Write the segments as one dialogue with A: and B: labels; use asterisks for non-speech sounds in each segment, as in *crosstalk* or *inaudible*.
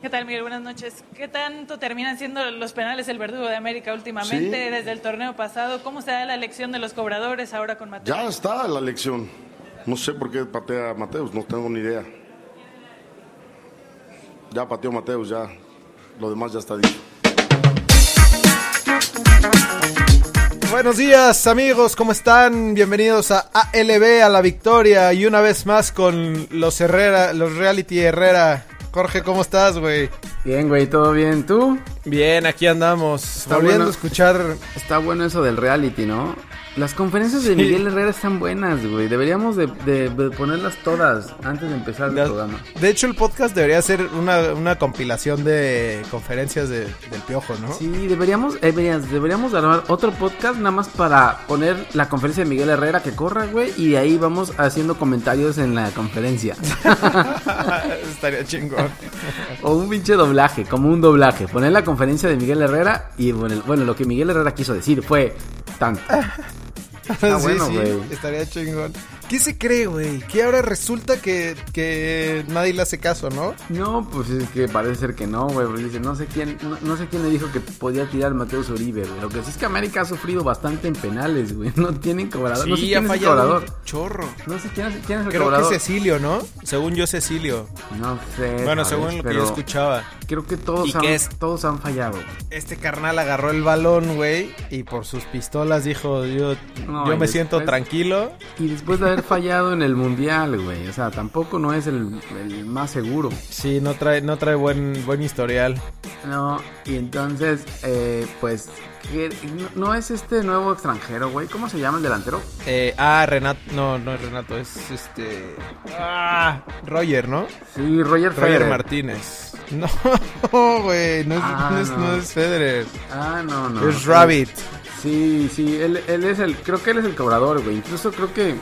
A: ¿Qué tal, Miguel? Buenas noches. ¿Qué tanto terminan siendo los penales el verdugo de América últimamente
B: Sí.
A: desde el torneo pasado? ¿Cómo se da la elección de los cobradores ahora con Mateo?
B: Ya está la elección. No sé por qué patea Mateus, no tengo ni idea. Ya pateó Mateus, ya. Lo demás ya está dicho.
C: Buenos días amigos, ¿cómo están? Bienvenidos a ALB a la victoria y una vez más con los Herrera, los Reality Herrera. Jorge, ¿cómo estás, güey?
D: Bien, güey, ¿todo bien? ¿Tú?
C: Bien, aquí andamos. volviendo
D: bueno.
C: a escuchar.
D: Está bueno eso del reality, ¿no? Las conferencias de Miguel Herrera están buenas, güey. Deberíamos de, de- de ponerlas todas antes de empezar el
C: las-
D: programa.
C: De hecho, el podcast debería ser una, una compilación de conferencias de- del piojo, ¿no?
D: Sí, deberíamos, eh, deberías- deberíamos de armar otro podcast nada más para poner la conferencia de Miguel Herrera que corra, güey, y de ahí vamos haciendo comentarios en la conferencia.
C: *laughs* Estaría chingón.
D: o un pinche doblaje, como un doblaje. Poner la conferencia de Miguel Herrera y bueno, bueno, lo que Miguel Herrera quiso decir fue tanto.
C: sí,
D: bueno,
C: sí,
D: güey.
C: estaría chingón. ¿Qué se cree, güey? Que ahora resulta que, que nadie le hace caso, ¿no?
D: No, pues es que parece ser que no, güey. Porque dice, no sé quién, no, no sé quién le dijo que podía tirar Mateus Uribe, güey. Lo que sí es que América ha sufrido bastante en penales, güey. *laughs* No tienen cobrador. no sé quién es el cobrador.
C: un chorro.
D: No sé quién es, quién es el
C: Creo
D: cobrador.
C: que Cecilio, ¿no? Según yo, Cecilio.
D: No sé.
C: bueno,
D: ¿sabes?
C: según lo que
D: Pero
C: yo escuchaba.
D: Creo que todos
C: ¿Y
D: han,
C: qué es?
D: todos han fallado. güey.
C: Este carnal agarró el balón, güey, y por sus pistolas dijo, yo,
D: No,
C: yo
D: y
C: me siento
D: después-
C: tranquilo.
D: Y después de haber fallado en el mundial, güey. O sea, tampoco no es el, el más seguro.
C: Sí, no trae, no trae buen, buen historial.
D: No, y entonces, eh, pues, ¿qué- no, no es este nuevo extranjero, güey. ¿Cómo se llama el delantero?
C: Eh, ah, Renato, no, no es Renato, es este... Ah, Roger, ¿no?
D: Sí, Roger
C: Roger
D: Federer.
C: Martínez. *laughs* No, güey, no, es-
D: Ah,
C: no es,
D: no.
C: no es Federer.
D: Ah, no, no.
C: es Rabbit.
D: Sí, sí, él, él es el, creo que él es el cobrador, güey. Incluso creo que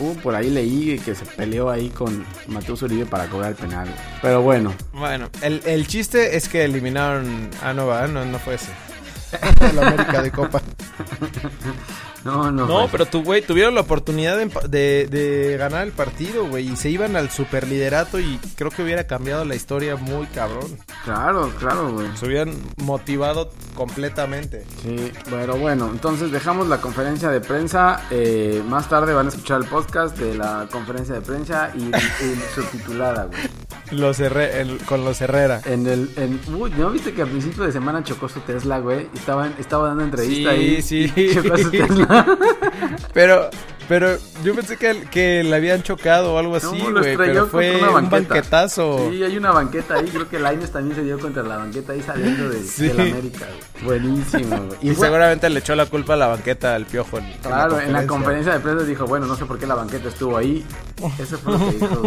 D: hubo por ahí leí que se peleó ahí con Mateus Uribe para cobrar el penal. güey. Pero bueno,
C: Bueno, el, el chiste es que eliminaron... Ah, no, va, no, no *laughs* fue ese. La América de Copa.
D: no, no.
C: No,
D: güey.
C: pero tu, güey, tuvieron la oportunidad de, empa- de- de ganar el partido, güey. Y se iban al superliderato y creo que hubiera cambiado la historia muy cabrón.
D: Claro, claro, güey.
C: Se hubieran motivado completamente.
D: Sí, pero bueno, entonces dejamos la conferencia de prensa. eh, más tarde van a escuchar el podcast de la conferencia de prensa y, y subtitulada, güey.
C: Los Herre- el- con los Herrera.
D: En el, en, uy, ¿no viste que al principio de semana chocó su Tesla, güey? Estaba, estaba dando entrevista
C: Sí,
D: ahí.
C: sí.
D: y Chocó su Tesla.
C: Pero, pero yo pensé que, que le habían chocado o algo así,
D: No, lo
C: güey.
D: estrelló
C: Pero
D: contra
C: fue
D: una
C: un
D: banqueta.
C: banquetazo.
D: Sí, hay una banqueta ahí. Creo que Laines también se dio contra la banqueta ahí saliendo de,
C: Sí.
D: de la América. güey. Buenísimo, güey.
C: Y,
D: Y fue-
C: seguramente le echó la culpa a la banqueta al piojo. en- en
D: Claro, en la conferencia de prensa dijo, bueno, no sé por qué la banqueta
C: *laughs*
D: estuvo ahí. Eso fue lo que dijo,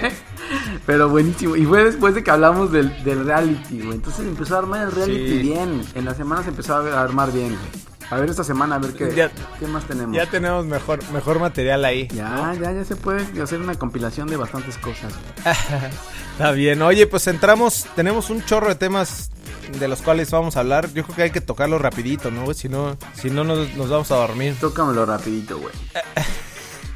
D: güey. *laughs* Pero buenísimo. Y fue después de que hablamos del, del reality, güey. Entonces empezó a armar el reality
C: Sí.
D: bien. En la semana se empezó a armar bien, güey. A ver esta semana, a ver qué,
C: Ya-
D: qué más tenemos.
C: Ya tenemos mejor, mejor material ahí.
D: Ya, ya, ya se puede hacer una compilación de bastantes cosas.
C: Está bien, oye, pues entramos, tenemos un chorro de temas de los cuales vamos a hablar. Yo creo que hay que tocarlo rapidito, ¿no? güey? Si no, si no nos, nos vamos a dormir.
D: Tócamelo rapidito, güey.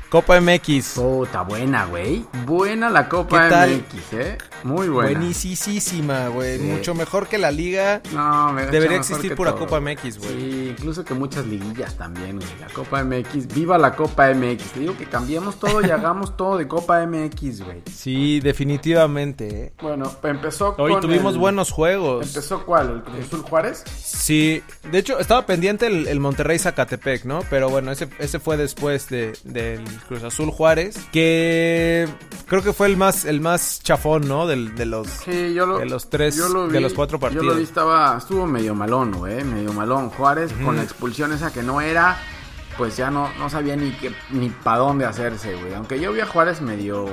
C: Copa MX.
D: Puta, buena, güey. Buena la Copa
C: ¿Qué tal?
D: MX, ¿eh? Muy buena.
C: Buenísima, güey.
D: Sí.
C: Mucho mejor que la liga.
D: No, me
C: Debería
D: echa mejor
C: existir
D: que
C: pura
D: todo.
C: Copa MX, güey.
D: Sí, incluso que muchas liguillas también, güey. La Copa MX, viva la Copa MX. Te digo que cambiemos todo
C: *laughs*
D: y hagamos todo de Copa MX, güey.
C: Sí, definitivamente. ¿eh?
D: Bueno, empezó
C: Hoy
D: con
C: tuvimos
D: el-
C: buenos juegos.
D: ¿Empezó cuál? ¿El Cruz Azul Juárez?
C: Sí, de hecho estaba pendiente el, el Monterrey Zacatepec, ¿no? Pero bueno, ese, ese fue después de, del Cruz Azul Juárez, que creo que fue el más, el más chafón, ¿no? Del- de los,
D: Sí, yo lo
C: de los tres,
D: yo lo
C: de
D: vi-
C: los cuatro partidos.
D: Yo lo vi, estaba, estuvo medio malón, güey, medio malón. Juárez con la expulsión esa que no era, pues ya no, no sabía ni qué, ni para dónde hacerse, güey. Aunque yo vi a Juárez medio,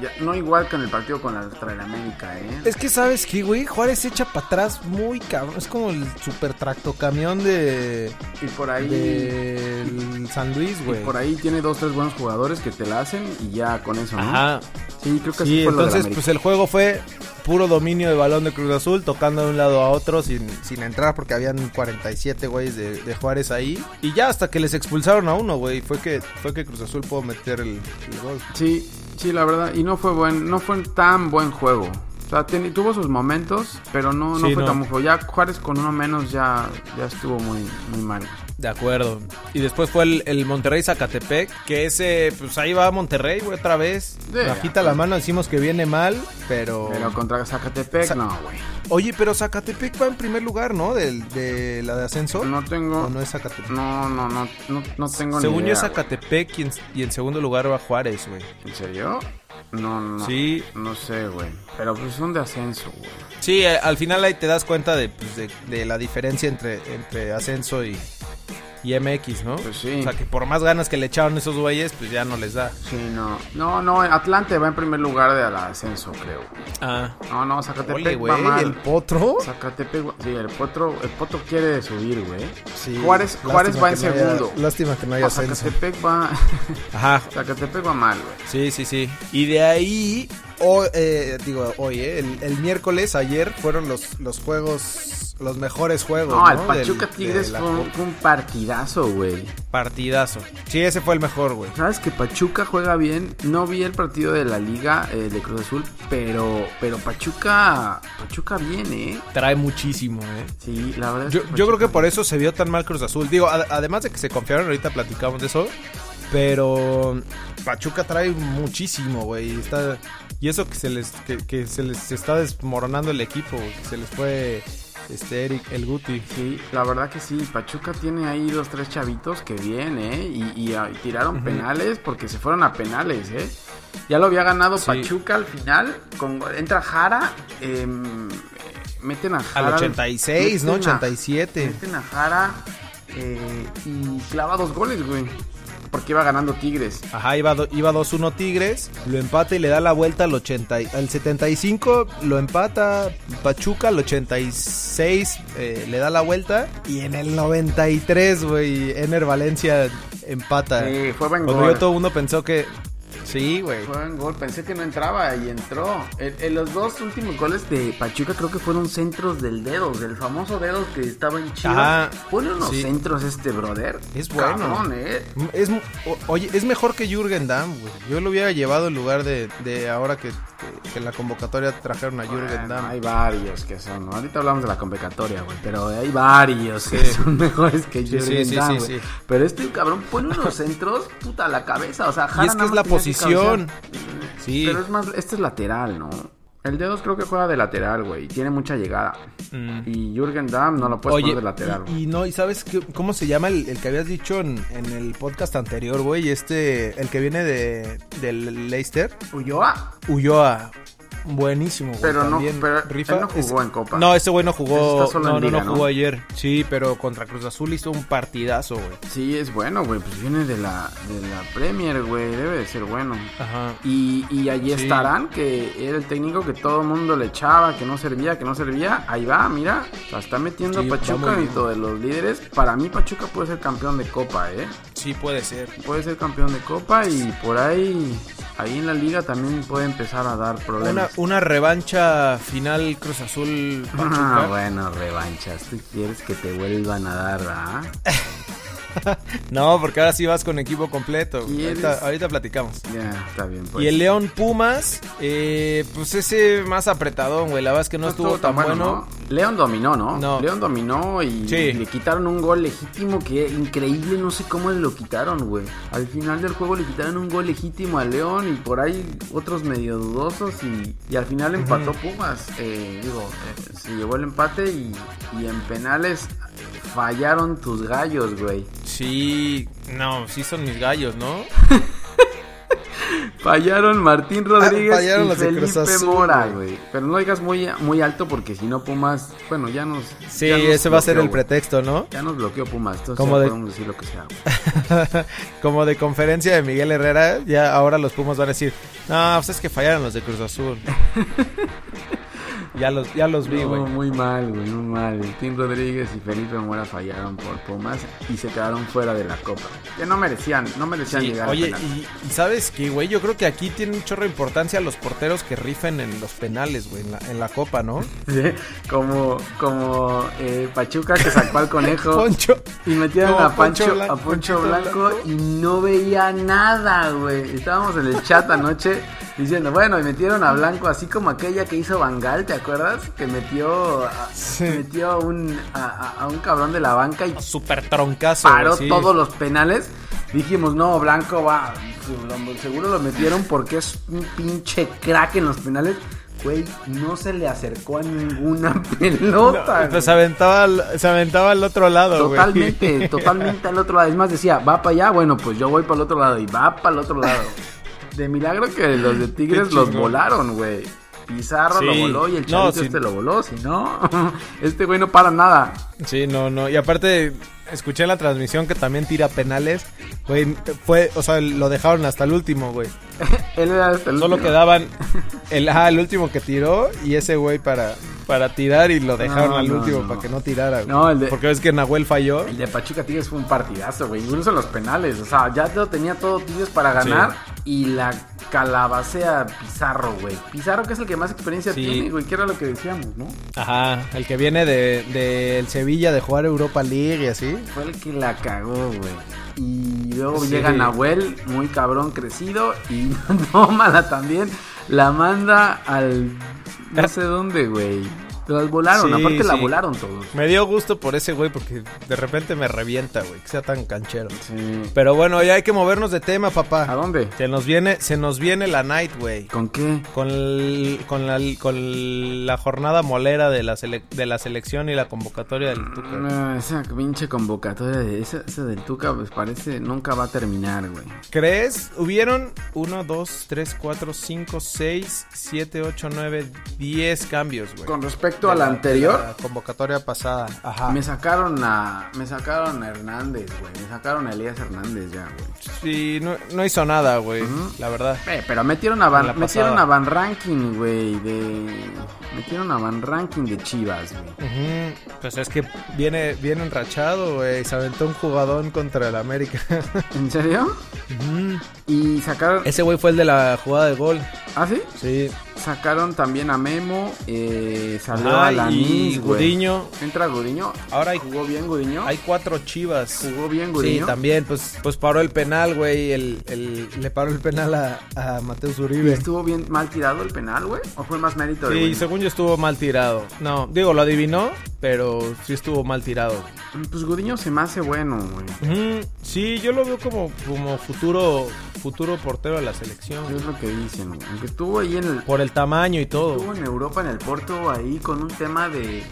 D: ya- no igual que en el partido con la contra el América, eh.
C: Es que sabes que, güey, Juárez se echa para atrás muy cabrón. Es como el super tractocamión de,
D: y por ahí,
C: del San Luis,
D: y
C: güey.
D: por ahí tiene dos, tres buenos jugadores que te la hacen y ya con eso, ¿no?
C: Ajá.
D: Sí, creo que
C: Sí,
D: así fue lo del
C: entonces
D: América.
C: pues el juego fue puro dominio de balón de Cruz Azul, tocando de un lado a otro sin, sin entrar porque habían 47 güeyes de, de Juárez ahí. Y ya hasta que les expulsaron a uno, güey, fue que, fue que Cruz Azul pudo meter el, el gol.
D: Sí, sí, la verdad. Y no fue buen, no fue tan buen juego. O sea, ten- tuvo sus momentos, pero no, no
C: Sí,
D: fue
C: no.
D: tan mufo. Ya Juárez con uno menos ya, ya estuvo muy, muy mal.
C: De acuerdo. Y después fue el, el Monterrey Zacatepec, que ese, pues ahí va Monterrey, güey, otra vez.
D: Sí.
C: Bajita la mano, decimos que viene mal, pero...
D: Pero contra Zacatepec,
C: Oh. Sa-
D: no, güey.
C: Oye, pero Zacatepec va en primer lugar, ¿no? Del- de la de ascenso.
D: No tengo.
C: ¿O no es Zacatepec?
D: No, no, no, no, no tengo
C: Según
D: ni
C: yo
D: idea.
C: es
D: güey.
C: Zacatepec y en, y en segundo lugar va Juárez, güey.
D: ¿En serio? No, no.
C: Sí.
D: No sé, güey. Pero pues son de ascenso, güey.
C: Sí, eh, al final ahí te das cuenta de, pues, de, de la diferencia entre, entre ascenso y, y MX, ¿no?
D: Pues sí.
C: O sea, que por más ganas que le echaron esos güeyes, pues ya no les da.
D: Sí, no. No, no, Atlante va en primer lugar de al ascenso, creo.
C: Ah.
D: No, no, Zacatepec
C: Ole,
D: va
C: güey,
D: mal.
C: el potro.
D: Zacatepec, güey. sí, el potro, el potro quiere subir, güey.
C: Sí,
D: Juárez,
C: lástima
D: Juárez va en
C: que no haya-
D: segundo.
C: lástima que no haya
D: O
C: ascenso.
D: Zacatepec va, *laughs*
C: Ajá.
D: Zacatepec va mal, güey.
C: Sí, sí, sí. Y de ahí,
E: Hoy, eh, digo, hoy, eh, el, el miércoles, ayer, fueron los, los juegos, los mejores
C: Pues
E: juegos.
D: No, el
E: Del-
D: Pachuca
E: de
D: Tigres
E: la
D: fue un, fue un partidazo, güey.
C: partidazo. Sí, ese fue el mejor, güey.
D: Sabes que Pachuca juega bien. No vi el partido de la Liga eh, de Cruz Azul, pero, pero Pachuca, Pachuca bien, ¿eh?
C: Trae muchísimo, eh.
D: Sí, la verdad. es
C: Yo,
D: que
C: yo creo que
D: Pachuca-
C: por eso se vio tan mal Cruz Azul. Digo, ad- además de que se confiaron, ahorita platicamos de eso. Pero Pachuca trae muchísimo, güey. Está, y eso que se les que, que se les está desmoronando el equipo, güey, que se les fue este Eric el Guti.
D: Sí, la verdad que sí. Pachuca tiene ahí dos, tres chavitos que bien, ¿eh? Y, y, ah, y tiraron penales porque se fueron a penales, ¿eh? Ya lo había ganado
C: Sí.
D: Pachuca al final. Con, entra Jara, em, eh, meten a Jara.
C: Al 86, ¿no?
D: meten a-
C: 87.
D: Meten a Jara eh, y clava dos goles, güey. Porque iba ganando Tigres.
C: Ajá, iba, do- iba 2-1 Tigres, lo empata y le da la vuelta al 80, y- al 75 lo empata Pachuca, al 86 eh, le da la vuelta y en el 93, güey, Ener Valencia empata.
D: Sí, Eh, fue buen
C: Cuando
D: gol.
C: yo Ah. Pues todo el mundo pensó que sí, güey.
D: Fue buen gol, pensé que no entraba y entró. En, en los dos últimos goles de Pachuca creo que fueron centros del dedos, del famoso dedos que estaba en Chivas.
C: Ajá,
D: Pone unos
C: sí.
D: centros este brother.
C: Es bueno.
D: Cabrón, ¿eh?
C: Es, mu- o- oye, es mejor que Jürgen Damm, güey. Yo lo hubiera llevado en lugar de, de ahora que, que- que en la convocatoria trajeron a Jürgen
D: Bueno,
C: Damm.
D: hay varios que son. Ahorita hablamos de la convocatoria, güey. Pero hay varios que son *laughs* mejores que
C: Sí, sí,
D: Jürgen
C: sí, sí,
D: Damm, güey.
C: sí.
D: Pero este cabrón pone unos centros, puta, a la cabeza. O sea, Jara
C: Y es que
D: nada
C: es
D: más
C: la
D: tenía que
C: posición.
D: cabecear.
C: Sí.
D: Pero es más, este es lateral, ¿no? El dedos creo que juega de lateral, güey. y Tiene mucha llegada. Y Jürgen Damm no lo puedes poner de lateral,
C: Mm. y,
D: güey.
C: y no, ¿y sabes qué- cómo se llama el, el que habías dicho en, en el podcast anterior, güey? Este, el que viene de, del Leicester,
D: Ulloa.
C: Ulloa. Buenísimo, güey.
D: Pero no-
C: también
D: pero
C: rifa.
D: él no jugó
C: Ese-
D: en Copa.
C: No, ese güey no
D: Ese
C: jugó.
D: está solo
C: no,
D: en
C: no,
D: Liga,
C: no
D: ¿no?
C: jugó ayer. Sí, pero contra Cruz Azul hizo un partidazo, güey.
D: Sí, es bueno, güey. Pues viene de la, de la Premier, güey. Debe de ser bueno.
C: Ajá.
D: Y, y allí
C: Sí.
D: estarán, que era el técnico que todo el mundo le echaba, que no servía, que no servía. Ahí va, mira. La está metiendo
C: Sí, va muy
D: Pachuca
C: bien.
D: dentro de los líderes. Para mí, Pachuca puede ser campeón de Copa, ¿eh?
C: Sí, puede ser.
D: Puede ser campeón de Copa y por ahí, ahí en la liga también puede empezar a dar
C: Una,
D: problemas.
C: una revancha final Cruz Azul Pachuca.
D: Ah, bueno, revanchas. Tú quieres que te vuelvan a dar, ¿ah?
C: No, porque ahora sí vas con equipo completo. güey.
D: ¿Quieres?
C: Ahorita, ahorita platicamos.
D: Ya, está bien, pues.
C: y el León Pumas, eh, pues ese más apretadón, güey. La verdad es
D: Pues
C: que no, estuvo, tan bueno.
D: ¿no? León dominó, ¿no?
C: No.
D: León dominó y
C: Sí.
D: le quitaron un gol legítimo que increíble, no sé cómo lo quitaron, güey. Al final del juego le quitaron un gol legítimo a León y por ahí otros medio dudosos y, y al final empató Pumas. Eh, digo, eh, se llevó el empate y, y en penales fallaron tus gallos, güey.
C: Sí, no, sí son mis gallos,
D: *laughs*
C: ¿no?
D: Fallaron Martín Rodríguez
E: Ah, fallaron
D: y
E: los de
D: Felipe
E: Cruz Azul,
D: Mora,
E: güey.
D: güey. Pero no digas muy, muy alto porque si no Pumas, bueno, ya nos...
C: Sí,
D: ya nos
C: ese va a ser
D: bloqueó,
C: el
D: güey.
C: pretexto, ¿no?
D: Ya nos bloqueó Pumas, entonces
C: Como
D: ya
C: de-
D: podemos decir lo que sea. güey.
C: *laughs* Como de conferencia de Miguel Herrera, ya ahora los Pumas van a decir, no, pues es que fallaron los de Cruz
D: *laughs*
C: Azul. ya los, ya los vi,
D: No,
C: güey.
D: muy mal, güey, muy mal. Tim Rodríguez y Felipe Mora fallaron por Pumas y se quedaron fuera de la Copa. Ya no merecían, no merecían
C: Sí,
D: llegar
C: oye,
D: a penal.
C: y, y sabes qué, güey, yo creo que aquí tiene un chorro de importancia los porteros que rifen en los penales, güey, en la, en la copa, ¿no?
D: Sí, *laughs* Como, como eh, Pachuca que sacó al conejo.
C: *laughs* Poncho.
D: Y metieron
C: Como
D: a Pancho,
C: Poncho Blanco,
D: a Poncho
C: Ponchito
D: Blanco y no veía nada, güey. Estábamos en el chat anoche Diciendo, bueno, y metieron a Blanco, así como aquella que hizo Bangal, ¿te acuerdas? Que metió a, metió a un, a, a- a un cabrón de la banca y
C: Super troncazo. güey,
D: paró
C: sí.
D: todos los penales. Dijimos, no, Blanco va, lo- seguro lo metieron porque es un pinche crack en los penales. Güey, no se le acercó a ninguna *laughs* pelota.
C: Pues
D: güey.
C: se aventaba, al- se aventaba al otro lado, güey.
D: Totalmente, totalmente al otro lado. Es más, decía, va para allá, bueno, pues yo voy para el otro lado y va para el otro lado. De milagro que los de Tigres
C: Qué
D: los
C: chingón.
D: volaron, güey. Pizarro lo
C: Sí.
D: voló y el
C: No,
D: chavito
C: sí.
D: este lo voló, si no, *laughs* este güey no para nada. *laughs*
C: Sí, no, no. Y aparte, escuché en la transmisión que también tira penales. Güey, fue, o sea, lo dejaron hasta el último, güey.
D: Él era hasta el
C: Solo
D: último. *laughs*
C: quedaban el, ah, el último que tiró y ese güey para, para tirar y lo dejaron
D: No,
C: al
D: no,
C: último
D: no.
C: para que no tirara, güey.
D: No, el de-
C: Porque ves que Nahuel falló.
D: El de Pachuca Tigres fue un partidazo, güey. Incluso en los penales. O sea, ya lo tenía todo Tigres para ganar. Y la calabacea Pizarro, güey. Pizarro que es el que más experiencia
C: Sí.
D: tiene, güey. Que era lo que decíamos, ¿no?
C: Ajá, el que viene del de, del Sevilla de jugar Europa League y así.
D: Fue el que la cagó, güey. Y luego
C: Sí.
D: llega Nahuel, muy cabrón crecido, y *laughs* tómala también. La manda al. No sé dónde, güey. Las volaron,
C: Sí,
D: aparte la
C: sí.
D: volaron todos.
C: Me dio gusto por ese güey porque de repente me revienta, güey, que sea tan canchero.
D: Sí.
C: Pero bueno, ya hay que movernos de tema,
D: ¿A
C: papá.
D: dónde?
C: Se nos viene, se nos viene la night, güey.
D: ¿Con qué?
C: Con, el- con, la, con la jornada molera de la, sele- de la selección y la convocatoria del Tuca.
D: No, esa pinche convocatoria de esa, esa del Tuca, pues parece nunca va a terminar, güey.
C: ¿Crees? Hubieron 1, 2, 3, 4, 5, 6, 7, 8, 9, 10 cambios, güey.
D: Con respecto a la anterior,
C: La Ah. convocatoria pasada. Ajá.
D: me sacaron a. Me sacaron a Hernández, güey. Me sacaron a Elías Hernández ya, güey.
C: Sí, no, no hizo nada, güey. La verdad.
D: Eh, pero metieron a Van,
C: En la
D: metieron
C: pasada.
D: a Van Ranking, güey, de metieron a Van Ranking de
C: *laughs*
D: Chivas, güey.
C: Ujú. Pues es que viene, viene enrachado, güey. Se aventó un jugadón contra el América. *laughs*
D: ¿En serio? Y sacaron,
C: Ese güey fue el de la jugada de gol.
D: ¿ah sí?
C: Sí.
D: Sacaron también a Memo, eh, salió
C: Ajá, y
D: Alanis, güey.
C: Gudiño.
D: Entra Gudiño.
C: Ahora hay-
D: jugó bien Gudiño.
C: Hay cuatro chivas.
D: Jugó bien
C: Sí,
D: Gudiño.
C: también, pues, pues paró el penal, güey. El, el- le paró el penal a, a Mateus Uribe.
D: Estuvo bien mal tirado el penal, güey. O fue más mérito de
C: Sí,
D: Gudiño?
C: según yo estuvo mal tirado. No, digo, lo adivinó, pero sí estuvo mal tirado.
D: Pues Gudiño se me hace bueno, güey.
C: Ujú, Sí, yo lo veo como, como futuro, futuro portero de la selección.
D: Es lo que dicen, güey. Aunque estuvo ahí en el
C: Por el tamaño y todo.
D: Estuvo en Europa, en el Porto, ahí con un tema de,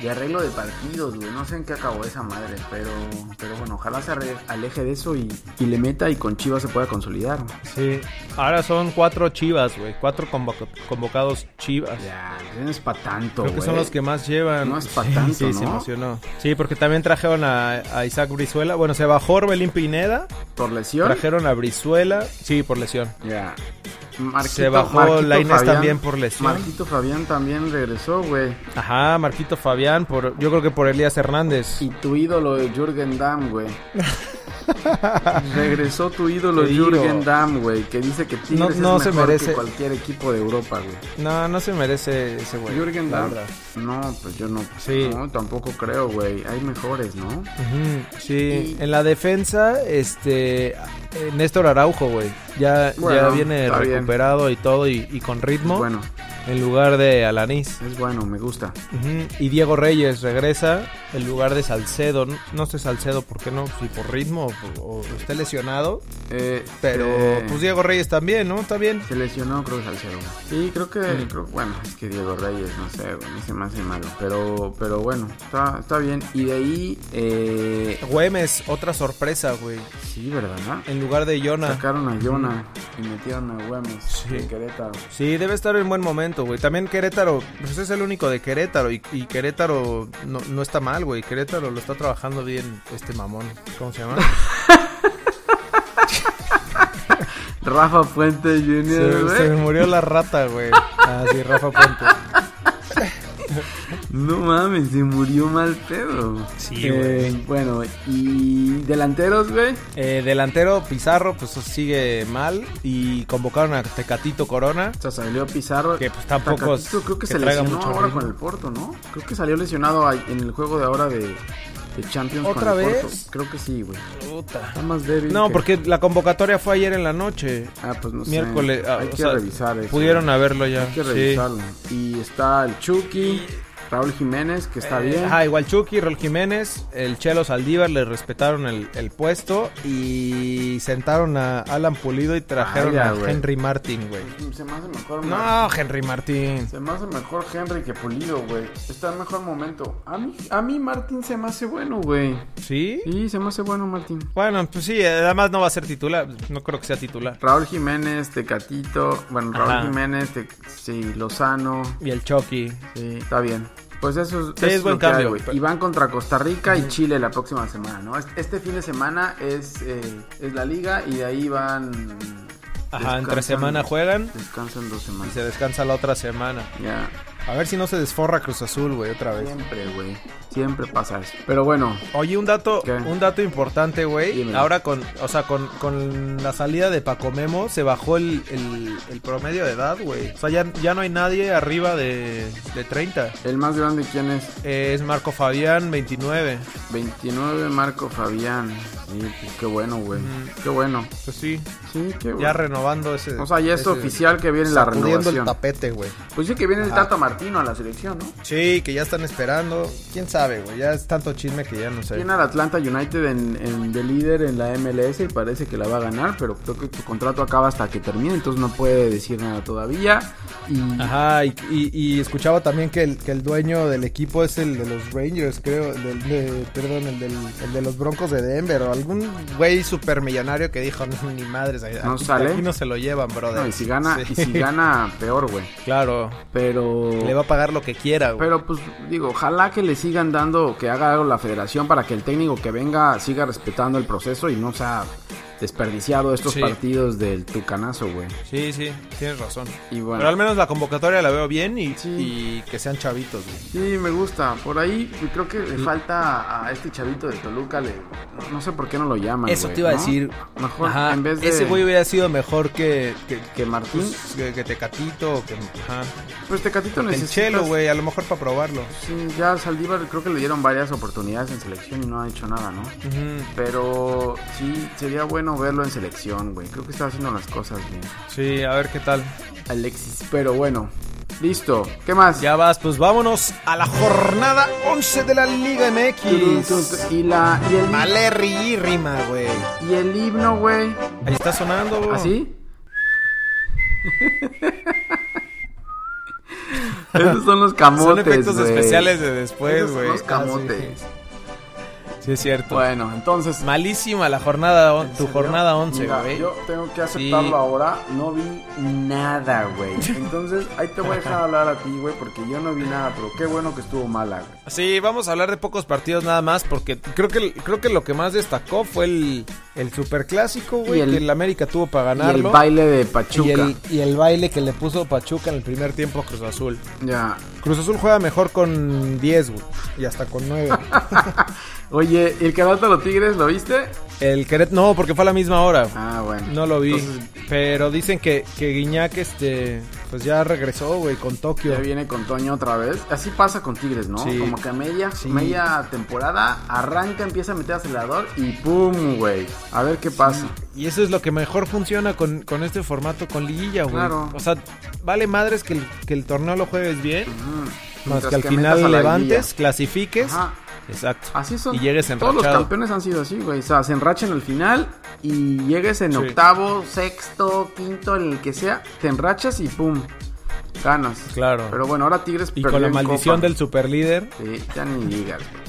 D: de arreglo de partidos, güey. No sé en qué acabó esa madre, pero, pero bueno, ojalá se arre- aleje de eso y, y le meta y con Chivas se pueda consolidar.
C: Sí. Ahora son cuatro chivas, güey. Cuatro convoca- convocados chivas.
D: Ya, no es para tanto,
C: Creo que
D: güey.
C: son los que más llevan.
D: No es pa'
C: Sí,
D: tanto,
C: sí, se
D: ¿no?
C: emocionó. Sí, porque también trajeron a, a Isaac Brizuela. Bueno, se bajó Orbelín Pineda.
D: Por lesión.
C: Trajeron a Brizuela. Sí, por lesión.
D: Ya.
C: Se bajó Lainez también por lesión.
D: Marquito Fabián también regresó, güey.
C: Ajá, Marquito Fabián. Por, yo creo que por Elías Hernández.
D: Y tu ídolo Jürgen
C: *laughs*
D: Damm, güey. Regresó tu ídolo
C: Te digo.
D: Jürgen Damm, güey, que dice que Tigres
C: No- no
D: es
C: se
D: mejor que
C: merece.
D: cualquier equipo de Europa, güey.
C: No, no se merece ese güey.
D: Jürgen
C: la
D: Damm.
C: verdad.
D: No, pues yo no.
C: Pues, Sí.
D: No, tampoco creo, güey. Hay mejores, ¿no?
C: Ujú, sí, en la defensa, este, eh, Néstor Araujo, güey, ya, ya
D: Bueno,
C: viene
D: está bien.
C: recuperado y todo y, y con ritmo,
D: Bueno,
C: en lugar de Alanís.
D: es bueno, me gusta.
C: Ujú, Y Diego Reyes regresa en lugar de Salcedo, no, no sé Salcedo, ¿por qué no? Si por ritmo o, por- o está lesionado,
D: Eh,
C: pero
D: eh,
C: pues Diego Reyes también, ¿no? Está bien.
D: Se lesionó, creo que Salcedo. Sí, creo que. creo- bueno, es que Diego Reyes, no sé, güey. Se me hace malo. Pero, pero bueno, está, está bien. Y de ahí, eh.
C: Güemes, otra sorpresa, güey,
D: Sí, ¿verdad?
C: en lugar de Jonah.
D: Sacaron a Yona y metieron a Güemes
C: Mm. Sí.
D: en Querétaro.
C: Sí, debe estar en buen momento, güey. También Querétaro, pues es el único de Querétaro y, y Querétaro no, no está mal, güey. Querétaro lo está trabajando bien este mamón. ¿Cómo se llama?
D: Rafa Puente Jr.,
C: se,
D: güey.
C: se me murió la rata, güey. Ah, sí, Rafa Puente.
D: No mames, se murió mal pedo.
C: Sí,
D: Eh, Bueno, y delanteros, güey.
C: Eh, delantero Pizarro, pues sigue mal y convocaron a Tecatito Corona.
D: O sea, salió Pizarro.
C: Que, pues, tampoco
D: Tacatito
C: es-
D: creo que,
C: que
D: se
C: traiga
D: lesionó
C: mucho
D: ahora
C: ritmo.
D: con el Porto, ¿no? Creo que salió lesionado ahí en el juego de ahora de, de Champions
C: ¿Otra
D: con el Porto.
C: vez?
D: Creo que sí, güey. Está más débil.
C: No,
D: que-
C: porque la convocatoria fue ayer en la noche.
D: Ah, pues no sé.
C: Miércoles. ah,
D: Hay
C: o
D: que
C: sea,
D: revisar eso.
C: Pudieron haberlo ya.
D: Hay que
C: sí.
D: revisarlo. Y está el Chucky, Raúl Jiménez, que está bien.
C: Ajá, igual Chucky, Rol Jiménez, el Chelo Saldívar le respetaron el, el puesto y sentaron a Alan Pulido y trajeron
D: Ah, ya,
C: a
D: güey.
C: Henry Martin, güey.
D: Se me hace mejor.
C: No, Henry Martin.
D: Se me hace mejor Henry que Pulido, güey. Está en mejor momento. A mí, a mí Martín se me hace bueno, güey.
C: ¿Sí?
D: Sí, se me hace bueno Martín.
C: Bueno, pues sí, además no va a ser titular. No creo que sea titular.
D: Raúl Jiménez, Tecatito. Bueno, Raúl
C: Ajá.
D: Jiménez, Te- sí, Lozano.
C: Y el Chucky.
D: Sí, está bien. Pues eso,
C: Sí,
D: eso
C: es buen
D: lo que hay,
C: cambio,
D: güey.
C: pero-
D: Y van contra Costa Rica y Chile la próxima semana, ¿no? Este- Este fin de semana es, eh, es la liga y de ahí van...
C: Ajá, entre
D: descansan-
C: semana juegan.
D: Descansan dos
C: Y
D: semanas.
C: se descansa la otra semana.
D: Ya,
E: A ver si no se desforra Cruz Azul, güey, otra vez.
D: siempre, güey. Siempre pasa eso. Pero bueno,
C: Oye, un dato,
D: ¿Qué?
C: un dato importante, güey.
D: Dímelo.
C: Ahora con, o sea, con, con la salida de Paco Memo se bajó el, el- el promedio de edad, güey. O sea, ya, ya no hay nadie arriba de, de 30.
D: el más grande, ¿quién es?
C: Eh, es Marco Fabián, 29.
D: 29, Marco Fabián. Sí, pues, qué bueno, güey. Qué bueno.
C: Pues sí,
D: Sí, qué
C: ya
D: bueno.
C: renovando ese.
D: O sea, ya es
C: ese-
D: oficial que viene la
E: Pudiendo el
D: renovación.
E: tapete, güey.
D: Pues sí que viene el Tata Martino a la selección, ¿no?
C: Sí, que ya están esperando. ¿Quién sabe, güey? Ya es tanto chisme que ya no sé.
D: Tiene al Atlanta United en, en- de líder en la MLS y parece que la va a ganar, pero creo que su contrato acaba hasta que termine, entonces no puede decir nada todavía. Y
E: Ajá, y, y- y escuchaba también que el, que el dueño del equipo es el de los Rangers, creo, el del, de- perdón, el, del, el de los Broncos de Denver, o algún güey supermillonario que dijo, *laughs* "No, ni madres, aquí,
D: No sale.
C: Aquí no se lo llevan, brother.
D: no, y si gana,
C: Ah, Sí.
D: y
E: *laughs*
D: si gana, peor, güey.
C: Claro,
D: Pero.
C: le va a pagar lo que quiera, güey.
D: Pero pues digo, ojalá que le sigan dando, que haga algo la federación para que el técnico que venga siga respetando el proceso y no sea desperdiciado estos
C: Sí.
D: partidos del tucanazo, güey.
C: Sí, sí, tienes razón.
D: Y bueno.
C: Pero al menos la convocatoria la veo bien y,
D: Sí.
C: y que sean chavitos, güey.
D: Sí, me gusta. Por ahí y creo que
C: Mm.
D: le falta a este chavito de Toluca, le, no sé por qué no lo llaman.
C: Eso
D: güey,
C: te iba a
D: ¿no?
C: decir.
D: Mejor
C: Ajá,
D: en vez de Pues,
C: Ese güey pues, hubiera sido mejor que, que,
D: que Martín,
C: que, que Tecatito o que, ajá,
D: pues Tecatito
C: que el
D: necesita.
C: Chelo, güey, a lo mejor para probarlo.
D: Sí, ya Saldívar creo que le dieron varias oportunidades en selección y no ha hecho nada, ¿no?
C: Ujú,
D: Pero sí, sería bueno verlo en selección, güey. Creo que está haciendo las cosas bien.
C: Sí, a ver qué tal.
D: Alexis, pero bueno. Listo. ¿Qué más?
C: Ya vas, pues vámonos a la jornada 11 de la Liga
D: Turun, turun,
C: MX.
D: turun. Y la y el,
C: Malerrima, güey.
D: y el himno, güey.
C: Ahí está sonando, güey. *laughs*
D: ¿Así? Esos son los camotes,
C: Son efectos
D: güey.
C: especiales de
D: Esos
C: después,
D: son
C: güey.
D: los camotes.
C: Ah, sí. Sí, es cierto.
D: Bueno, entonces
C: Malísima la jornada, on-
D: ¿En
C: tu
D: serio?
C: jornada 11,
D: Mira,
C: güey.
D: Yo tengo que
C: Sí.
D: aceptarlo ahora. No vi nada,
C: *laughs*
D: güey. Entonces, ahí te voy a dejar hablar a ti, güey, porque yo no vi nada, pero qué bueno que estuvo mala, güey.
C: Sí, vamos a hablar de pocos partidos nada más, porque creo que creo que lo que más destacó fue el, el superclásico, güey,
D: Y el-
C: que el América tuvo para
D: Y el
C: ganarlo.
D: baile de
C: Y
D: Pachuca.
C: el, y el baile que le puso Pachuca en el primer tiempo a Cruz Azul.
D: Ya.
C: Cruz Azul juega mejor con 10, güey, y hasta con
D: *laughs*
C: 9.
D: Oye, ¿y el que de los Tigres lo viste?
C: el Queret no, porque fue a la misma hora.
D: Ah, bueno.
C: No lo vi.
D: Entonces,
C: Pero dicen que, que Guiñac, este, pues ya regresó, güey, con Tokio.
D: Ya viene con Toño otra vez. Así pasa con Tigres, ¿no?
C: Sí.
D: Como que a media,
C: Sí.
D: media temporada arranca, empieza a meter acelerador y ¡pum, güey! A ver qué pasa.
C: Y eso es lo que mejor funciona con, con este formato con liguilla, güey.
D: Claro.
C: O sea, vale madres que el, que el torneo lo jueves bien,
D: Mm.
C: más
D: Mientras
C: que al
D: metas a
C: final
D: la
C: levantes,
D: liguilla.
C: clasifiques.
D: Ajá.
C: Exacto.
D: Así son.
C: Y llegues
D: Todos los
C: enrachado.
D: campeones han sido así, güey. O sea, se enrachan al final y llegues en
C: Sí.
D: octavo, sexto, quinto, en el que sea. Te enrachas y ¡pum! Ganas.
C: Claro.
D: Pero bueno, ahora Tigres
C: y
D: perdió
C: con la
D: en
C: maldición
D: Copa.
C: del superlíder.
D: Sí, ya ni digas, güey.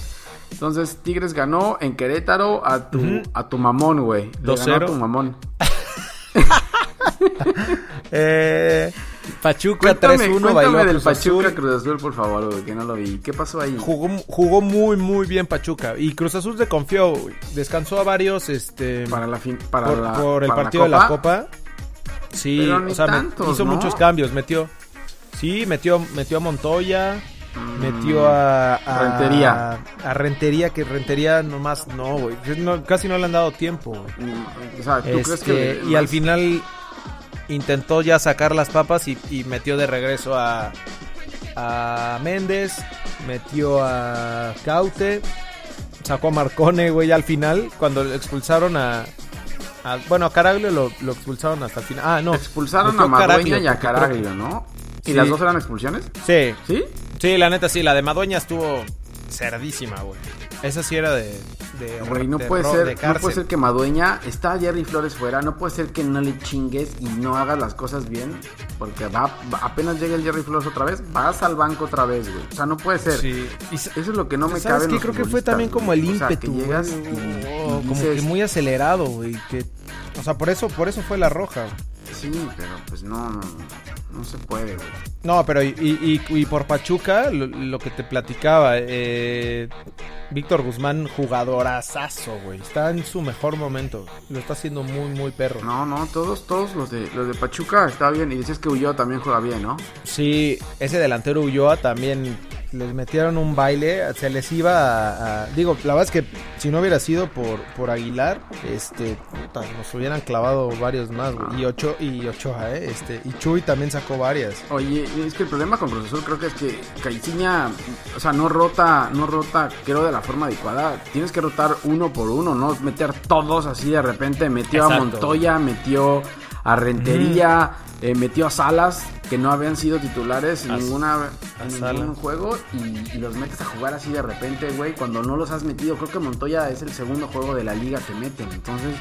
D: Entonces, Tigres ganó en Querétaro a tu, a tu mamón, güey. Le ganó a
C: 2-0.
D: tu mamón.
C: Eh, Pachuca
D: Cuéntame,
C: 3-1 bailó
D: cuéntame del
C: Cruz Azul.
D: Pachuca Cruz Azul, por favor, güey, que no lo vi. ¿Qué pasó ahí?
C: Jugó, jugó muy, muy bien Pachuca. Y Cruz Azul se confió, güey. Descansó a varios, este...
D: Para la fin, para
C: por,
D: la-
C: por el
D: para
C: partido de la Copa. Sí,
D: Pero ni
C: o sea, me-
D: tantos,
C: hizo
D: ¿no?
C: muchos cambios, metió. Sí, metió, metió a Montoya, metió a, a-
D: Mm. Rentería.
C: A Rentería, que Rentería nomás no, güey. No, casi no le han dado tiempo, güey.
D: Mm, O sea, ¿tú crees
C: Este,
D: que
C: y al final intentó ya sacar las papas y, y metió de regreso a, a Méndez, metió a Caute, sacó a Marcone, güey, al final, cuando lo expulsaron a... a- bueno, a Caraglio lo, lo expulsaron hasta el final. Ah, no.
D: Expulsaron
C: metió
D: a Madueña y a
C: porque creo que-
D: Caraglio, ¿no? ¿Y
C: Sí.
D: las dos eran expulsiones?
C: Sí,
D: ¿Sí?
C: sí, la neta, sí. La de Madueña estuvo cerdísima, güey. Esa sí era de... de
D: Güey, no
C: de
D: puede
C: ro- de
D: ser, no
C: cárcel.
D: puede ser que Madueña está Jerry Flores fuera, no puede ser que no le chingues y no hagas las cosas bien, porque va, va- apenas llega el Jerry Flores otra vez, vas al banco otra vez, güey. O sea, no puede ser.
C: Sí. Y sa-
D: Eso es lo que no me
C: ¿Sabes
D: cabe. en
C: qué?
D: los
C: Creo que fue
D: futbolistas,
C: también como el
D: güey. O sea, que
C: ímpetu. güey.
D: llegas y-
C: Oh,
D: y
C: como que
D: dices,
C: muy acelerado, güey. Que...
E: O sea, por eso, por eso fue la roja. güey.
D: Sí, pero pues no, no, no se puede, güey.
C: No, pero y, y- y- y por Pachuca, lo, lo que te platicaba, eh, Víctor Guzmán, jugadorazazo, güey. Está en su mejor momento. Lo está haciendo muy, muy perro.
D: No, no, todos, todos los de, los de Pachuca está bien. Y dices que Ulloa también juega bien, ¿no?
C: Sí, ese delantero Ulloa también.
E: Les metieron un baile, se les iba a, a- Digo, la verdad es que si no hubiera sido por, por Aguilar, este, puta, nos hubieran clavado varios más, güey. Y, ocho, y Ochoa, ¿eh? Este, y Chuy también sacó varias.
D: Oye, es que el problema con Cruz Azul creo que es que Caiciña, o sea, no rota, no rota, creo, de la forma adecuada. Tienes que rotar uno por uno, no meter todos así de repente. Metió a
C: Exacto.
D: Montoya, metió a Rentería, eh, metió a Salas, que no habían sido titulares en,
C: A-
D: ninguna,
C: a
D: en ningún
C: Salas.
D: juego, y, y los metes a jugar así de repente, güey, cuando no los has metido. Creo que Montoya es el segundo juego de la liga que meten, entonces...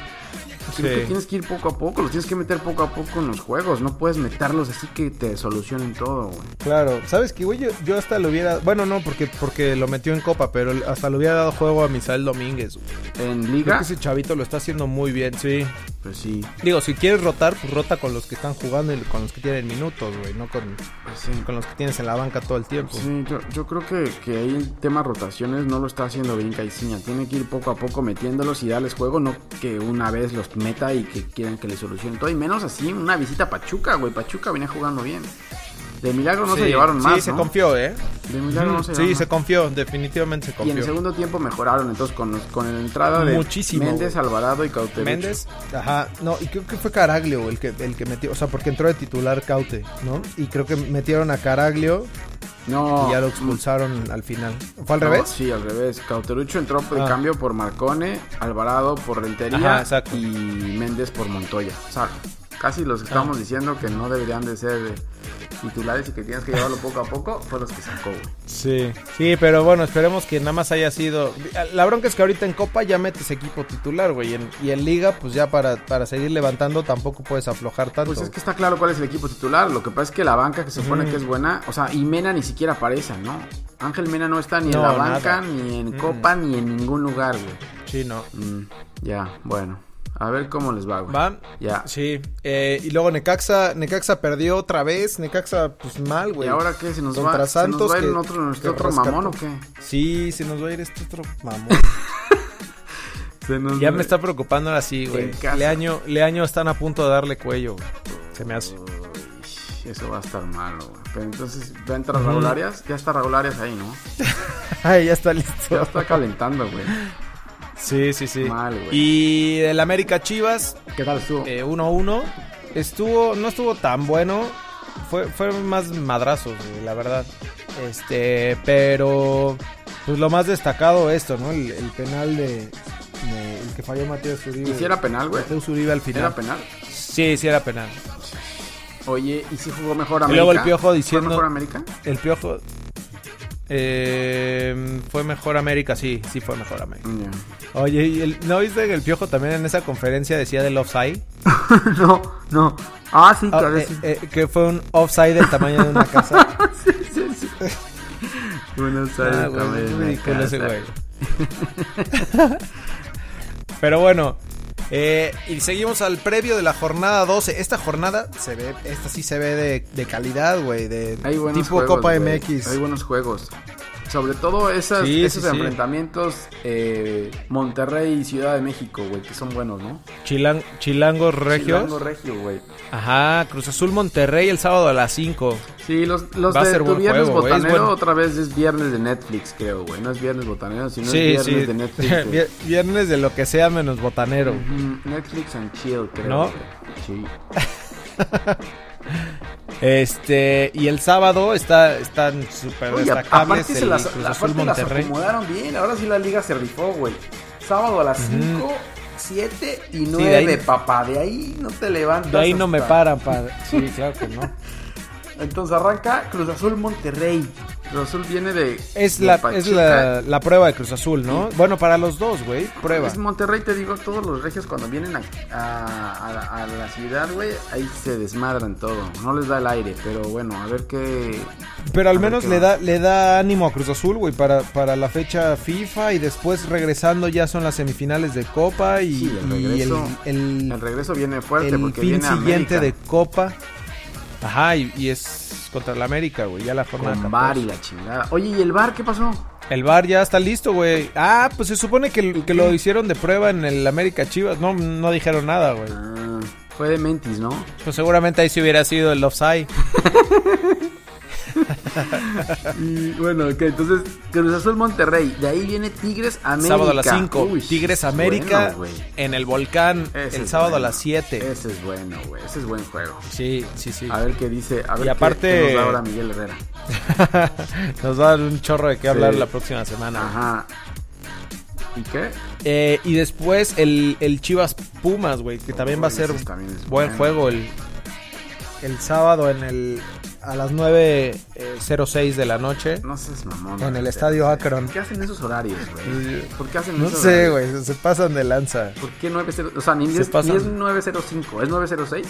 D: Creo que
C: Sí.
D: tienes que ir poco a poco, los tienes que meter poco a poco en los juegos, no puedes meterlos así que te solucionen todo, güey.
E: Claro, ¿sabes qué, güey? Yo, yo hasta lo hubiera. Bueno, no, porque, porque lo metió en Copa, pero hasta le hubiera dado juego a Misael Domínguez, güey.
D: En
E: Creo
D: liga,
E: que ese chavito lo está haciendo muy bien, sí.
D: pues sí,
C: Digo, si quieres rotar, pues rota con los que están jugando y con los que tienen minutos, güey. No con,
D: pues sí.
C: con los que tienes en la banca todo el tiempo.
D: Sí, yo, yo creo que, que ahí el tema rotaciones no lo está haciendo bien Caiciña. Tiene que ir poco a poco metiéndolos y darles juego, no que una vez los meta y que quieran que le solucionen todo. Y menos así, una visita a Pachuca, güey. Pachuca venía jugando bien. De milagro no se
C: Sí,
D: llevaron
C: sí,
D: más.
C: se
D: ¿no?
C: confió, ¿eh?
D: De milagro no se
C: Ujú,
D: llevaron
C: sí,
D: más.
C: se confió, definitivamente se
D: Y en
C: confió.
D: el segundo tiempo mejoraron. Entonces, con, los- con la entrada de
C: Muchísimo,
D: Méndez, Alvarado y Cauterucho.
C: Méndez,
E: Ajá, no, y creo que fue Caraglio el que, el que metió, o sea, porque entró de titular Caute, ¿no? Y creo que metieron a Caraglio
D: No.
E: y ya lo expulsaron al final. ¿Fue al
D: No,
E: revés?
D: Sí, al revés. Cauterucho entró de
E: Ah.
D: cambio por Marcone, Alvarado por
C: Ajá,
D: Rentería
C: exacto. Ah.
D: y Méndez por Montoya. O sea, casi los que estábamos diciendo que no deberían de ser eh, titulares y que tienes que llevarlo poco a poco, fue los que sacó, güey.
C: Sí, sí, pero bueno, esperemos que nada más haya sido. La bronca es que ahorita en Copa ya metes equipo titular, güey. y en- Y en Liga, pues ya para, para seguir levantando tampoco puedes aflojar tanto.
D: Pues es que está claro cuál es el equipo titular. Lo que pasa es que la banca que se supone que es buena, o sea, y Mena ni siquiera aparece, ¿no? Ángel Mena no está ni en
C: No,
D: la
C: nada.
D: banca,
C: Mm.
D: ni en Copa, ni en ningún lugar, güey.
C: Sí, no.
D: Mm, ya, bueno. A ver cómo les va, güey.
C: ¿Va?
D: Ya.
C: Sí. eh, y luego Necaxa, Necaxa perdió otra vez. Necaxa, pues mal, güey.
D: ¿Y ahora qué? ¿Se nos
C: Contra
D: va, ¿se nos
C: Santos
D: va a ir
C: que-
D: otro, nuestro
C: que
D: otro
C: rescató.
D: mamón o qué?
C: Sí, se nos va a ir este otro
D: *laughs*
C: mamón. *laughs*
D: Se nos
C: ya me está preocupando ahora sí,
D: En
C: güey.
D: casa.
C: Leaño, Leaño están a punto de darle cuello, güey. Se me
D: *laughs*
C: hace.
D: Uy, Eso va a estar malo, güey. Pero entonces va a entrar Raúl Arias. Ya está Raúl Arias ahí, ¿no?
C: Ay, ya *laughs* está
D: Ya
C: listo.
D: está calentando, güey.
C: Sí, sí, sí.
D: Mal, güey.
C: y el América Chivas,
D: ¿Qué tal estuvo?
C: eh, 1-1. Estuvo, no estuvo tan bueno. Fue, fue más madrazos, güey, la verdad. Este, pero. Pues lo más destacado esto, ¿no?
E: El, el penal de, de- El que falló Mateus Uribe.
D: ¿Y si era penal, güey?
E: Mateus Uribe al final.
D: ¿Era penal?
C: Sí, sí era penal.
D: Oye, ¿y si jugó mejor
C: Y
D: América?
C: luego el Piojo
D: ¿Fue
C: diciendo-
D: mejor América?
C: El piojo. eh, fue mejor América, sí, sí fue mejor América.
D: Mm, Ya. *laughs*
C: Oye, ¿y el- ¿no viste que el piojo también en esa conferencia decía del offside?
D: no, no. Ah, sí,
C: Ah,
D: claro,
C: eh,
D: sí.
C: eh, que fue un offside del tamaño de una
D: *laughs*
C: casa.
D: sí, sí. Buenos Aires,
C: Ah, güey,
D: también,
C: qué
D: me
C: ridículo ese
D: encanta.
C: güey. *laughs* Pero bueno, eh, y seguimos al previo de la jornada 12. Esta jornada se ve, esta sí se ve de, de calidad, güey, de
D: Hay buenos
E: Tipo
D: juegos,
E: Copa
D: güey.
E: MX.
D: Hay buenos juegos. Sobre todo esas-
C: Sí,
D: esos
C: sí, sí.
D: enfrentamientos eh, Monterrey y Ciudad de México, güey, que son buenos, ¿no?
C: Chilang- chilangos regios.
D: Chilango Regio, güey.
C: Ajá, Cruz Azul Monterrey el sábado a las 5.
D: Sí, los, los
C: Va a
D: de
C: ser
D: tu
C: buen
D: viernes
C: juego, güey, es
D: botanero
C: bueno.
D: otra vez es viernes de Netflix, creo, güey. No es viernes botanero, sino
C: sí,
D: es
C: sí.
D: viernes
C: *laughs*
D: de Netflix. güey.
C: Vier- Viernes de lo que sea menos botanero.
D: Ujú, Netflix and chill, creo.
C: ¿No?
D: güey. Sí.
C: Este, y el sábado está, están súper
D: Oye,
C: destacables
D: aparte se
C: el
D: las,
C: Cruz
D: aparte
C: Azul
D: las
C: Monterrey.
D: acomodaron bien. Ahora sí la liga se rifó, güey. Sábado a las 5, 7 y 9,
C: de ahí-
D: papá. De ahí no te levantas.
C: De ahí no me
D: hasta-
C: paran, padre. Sí, claro que no.
D: Entonces arranca Cruz Azul Monterrey. Cruz Azul viene de.
C: Es,
D: de
C: la, es
D: Pachuca.
C: la, la prueba de Cruz Azul, ¿no? Bueno, para los dos, güey. Prueba.
D: Es Monterrey, te digo, todos los regios cuando vienen a, a- a la- a la ciudad, güey, ahí se desmadran todo. No les da el aire, pero bueno, a ver qué.
C: Pero al
D: a ver
C: menos
D: qué
C: le
D: va.
C: da, le da ánimo a Cruz Azul, güey, para, para la fecha FIFA y después regresando ya son las semifinales de Copa y,
D: Sí, el
C: y el,
D: regreso-
C: el-
D: El regreso viene fuerte
C: el
D: porque
C: fin
D: viene a
C: siguiente
D: América.
C: de Copa. Ajá, y, y es contra la América, güey, ya la jornada. 14.
D: Con bar y la chingada. Oye, ¿y el bar qué pasó?
C: El bar ya está listo, güey. Ah, pues se supone que, que lo hicieron de prueba en el América Chivas. No, no dijeron nada, güey.
D: Ah, fue de mentis, ¿no?
C: Pues seguramente ahí sí hubiera sido el offside.
D: Y bueno, ok, entonces Cruz Azul Monterrey. De ahí viene Tigres América.
C: Sábado a las 5,
D: Uy,
C: Tigres
D: es
C: América
D: bueno, güey.
C: en el Volcán
D: Ese
C: el
D: es
C: sábado
D: bueno.
C: a las 7.
D: Ese es bueno, güey. Ese es buen juego.
C: Sí, sí, sí.
D: A ver qué dice. A ver
C: Y
D: qué-
C: aparte-
D: qué nos da ahora Miguel Herrera.
C: *laughs* Nos va a dar un chorro de qué hablar
D: Sí.
C: la próxima semana.
D: Ajá. ¿Y qué?
C: Eh, y después el, el Chivas Pumas, güey, que también va a
D: Uy,
C: ser
D: ese también es
C: buen
D: bueno.
C: juego el, el sábado en el a las 9.06 de la noche.
D: No seas mamón.
E: En el
D: güey.
E: estadio Akron.
D: ¿Qué hacen esos horarios, güey? ¿Por qué hacen
E: No
D: esos
E: sé,
D: horarios?
E: güey, se pasan de lanza.
D: ¿Por qué 90? O sea, ni,
C: Se
D: es, ni
C: pasan.
D: es 905. ¿Es 906?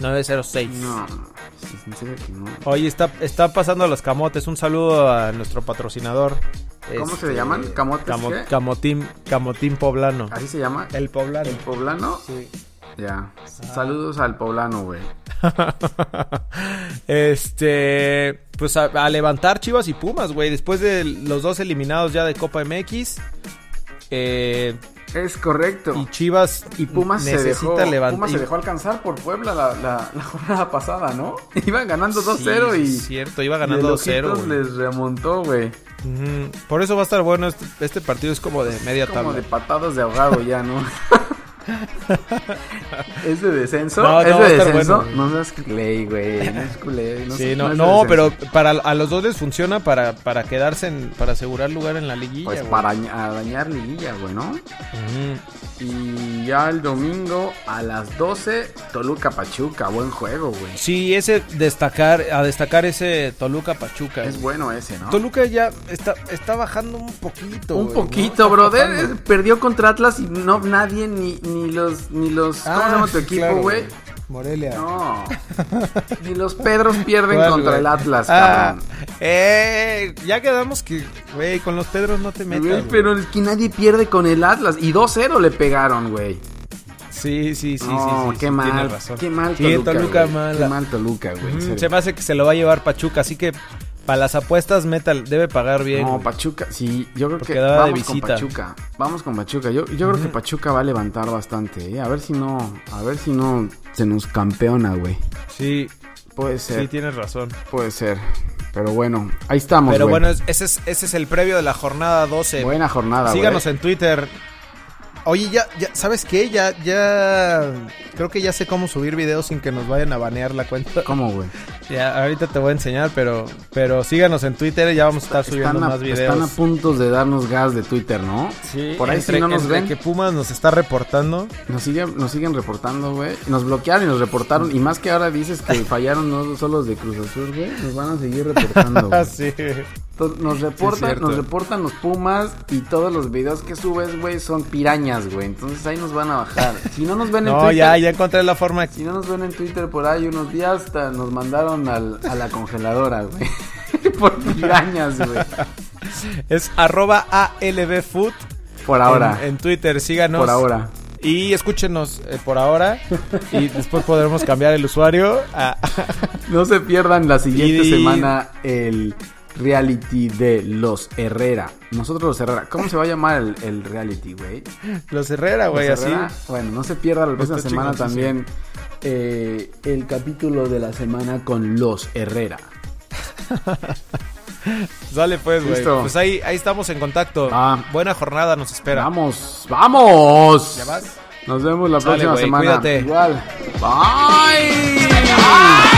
C: 9.06.
D: No. es En serio que no.
C: Oye, está, está pasando los camotes. Un saludo a nuestro patrocinador. Este,
D: ¿Cómo se le llaman? ¿Camotes qué?
C: camotín, camotín poblano.
D: ¿Así se llama?
E: El poblano.
D: ¿El poblano?
E: Sí.
D: Ya. Saludos al poblano, güey.
C: este, pues a, a levantar Chivas y Pumas, güey. Después de los dos eliminados ya de Copa MX. eh,
D: Es correcto.
C: y Chivas
D: Y Pumas se, dejó,
C: necesita levantar.
D: Pumas se dejó alcanzar por Puebla la, la- la jornada pasada, ¿no? *laughs* Iban ganando 2-0
C: Sí,
D: y...
C: es cierto, iba
D: y
C: ganando
D: el
C: 2-0.
D: Ojitos
C: güey.
D: les remontó, güey.
C: Ujú. Por eso va a estar bueno. Este, este partido es como de media
D: Como
C: tabla.
D: de patadas de ahogado ya, ¿no?
C: *laughs*
D: ¿Es de descenso?
C: No, no,
D: ¿Es
C: va a
D: de
C: estar
D: descenso?
C: bueno,
D: no seas culé, güey. No es culé. No
C: Sí,
D: seas-
C: no,
D: es de
C: no,
D: descenso.
C: pero para a los dos les funciona para, para quedarse en, para asegurar lugar en la liguilla.
D: Pues
C: güey.
D: para añ- a dañar liguilla, güey, ¿no?
C: Ujú.
D: Y ya el domingo a las 12, Toluca Pachuca. Buen juego, güey.
C: Sí, ese destacar, a destacar ese Toluca Pachuca.
D: Es bueno ese, ¿no?
C: Toluca ya está, está bajando un poquito.
D: Un
C: güey, ¿no?
D: poquito,
C: Está
D: brother.
C: bajando.
D: Eh, Perdió contra Atlas y no nadie, ni, ni los, ni los, ¿cómo
E: Ah,
D: se llama tu equipo,
E: claro,
D: güey?
E: Morelia.
D: No. *laughs* ni los Pedros pierden
C: ¿Cuál,
D: contra
C: güey?
D: el Atlas,
C: Ah,
D: cabrón.
C: eh, ya quedamos que, güey, con los Pedros no te metas.
D: Güey,
C: güey.
D: pero es que nadie pierde con el Atlas. Y 2-0 le pegaron, güey.
C: Sí, sí, sí,
D: No,
C: sí, sí.
D: qué
C: sí,
D: mal.
C: tienes razón.
D: Qué mal
C: Sí,
D: Toluca,
C: Toluca
D: güey.
C: mala.
D: Qué mal Toluca, güey. Pues, en
C: Mm,
D: serio.
C: se me hace que se lo va a llevar Pachuca, así que para las apuestas metal debe pagar bien.
D: No,
C: güey.
D: Pachuca, sí, yo creo
C: Porque
D: que
C: daba de
D: vamos con
C: visita.
D: Pachuca. Vamos con Pachuca. Yo, yo creo que Pachuca va a levantar bastante, ¿eh? A ver si no, a ver si no se nos campeona, güey.
C: sí,
D: Puede ser.
C: sí, tienes razón.
D: Puede ser. Pero bueno, ahí estamos.
C: Pero
D: güey.
C: bueno, es- ese es, ese es el previo de la jornada 12.
D: buena jornada.
C: Síganos
D: güey.
C: en Twitter.
E: Oye, ya, ya, ¿sabes qué? Ya, ya, creo que ya sé cómo subir videos sin que nos vayan a banear la cuenta.
D: ¿Cómo, güey?
C: Ya, ahorita te voy a enseñar, pero, pero síganos en Twitter y ya vamos a estar subiendo
D: Están a,
C: más videos.
D: están a punto de darnos gas de Twitter, ¿no?
C: Sí,
D: Por ahí
C: entre-
D: si no nos
C: entre
D: ven,
C: que Pumas nos está reportando.
D: nos, siguen, nos siguen reportando, güey. Nos bloquearon y nos reportaron. Y más que ahora dices
C: *laughs*
D: que fallaron no solo los de Cruz Azul, güey. Nos van a seguir reportando,
C: *laughs*
D: güey.
C: Ah, sí.
D: To- Nos reportan,
C: cierto.
D: nos reportan los Pumas y todos los videos que subes, güey, son pirañas, güey. Entonces ahí nos van a bajar. Si no nos ven en
C: No,
D: Twitter,
C: ya, ya encontré la forma.
D: si no nos ven en Twitter por ahí unos días, hasta nos mandaron al- a la congeladora, güey. *laughs* por pirañas, güey.
C: Es arroba ALBFood.
D: Por ahora.
C: En, en Twitter, síganos.
D: por ahora.
C: Y escúchenos eh, por ahora. y después podremos cambiar el usuario. a-
D: No se pierdan la siguiente
C: Y-
D: semana el reality de los Herrera. Nosotros los Herrera. ¿Cómo se va a llamar el, el reality, güey?
C: los Herrera, Ah, güey,
D: Pues,
C: así.
D: Herrera, Bueno, no se pierda la próxima
C: Está
D: semana
C: chingón, sí,
D: también eh, el capítulo de la semana con los Herrera.
C: Dale pues, güey.
D: Listo.
C: Pues ahí, ahí estamos en contacto.
D: Va.
C: Buena jornada nos espera.
D: Vamos, vamos.
C: ¿Ya vas?
D: Nos vemos la
C: Sale,
D: próxima
C: güey,
D: semana.
C: cuídate.
D: Igual. Bye.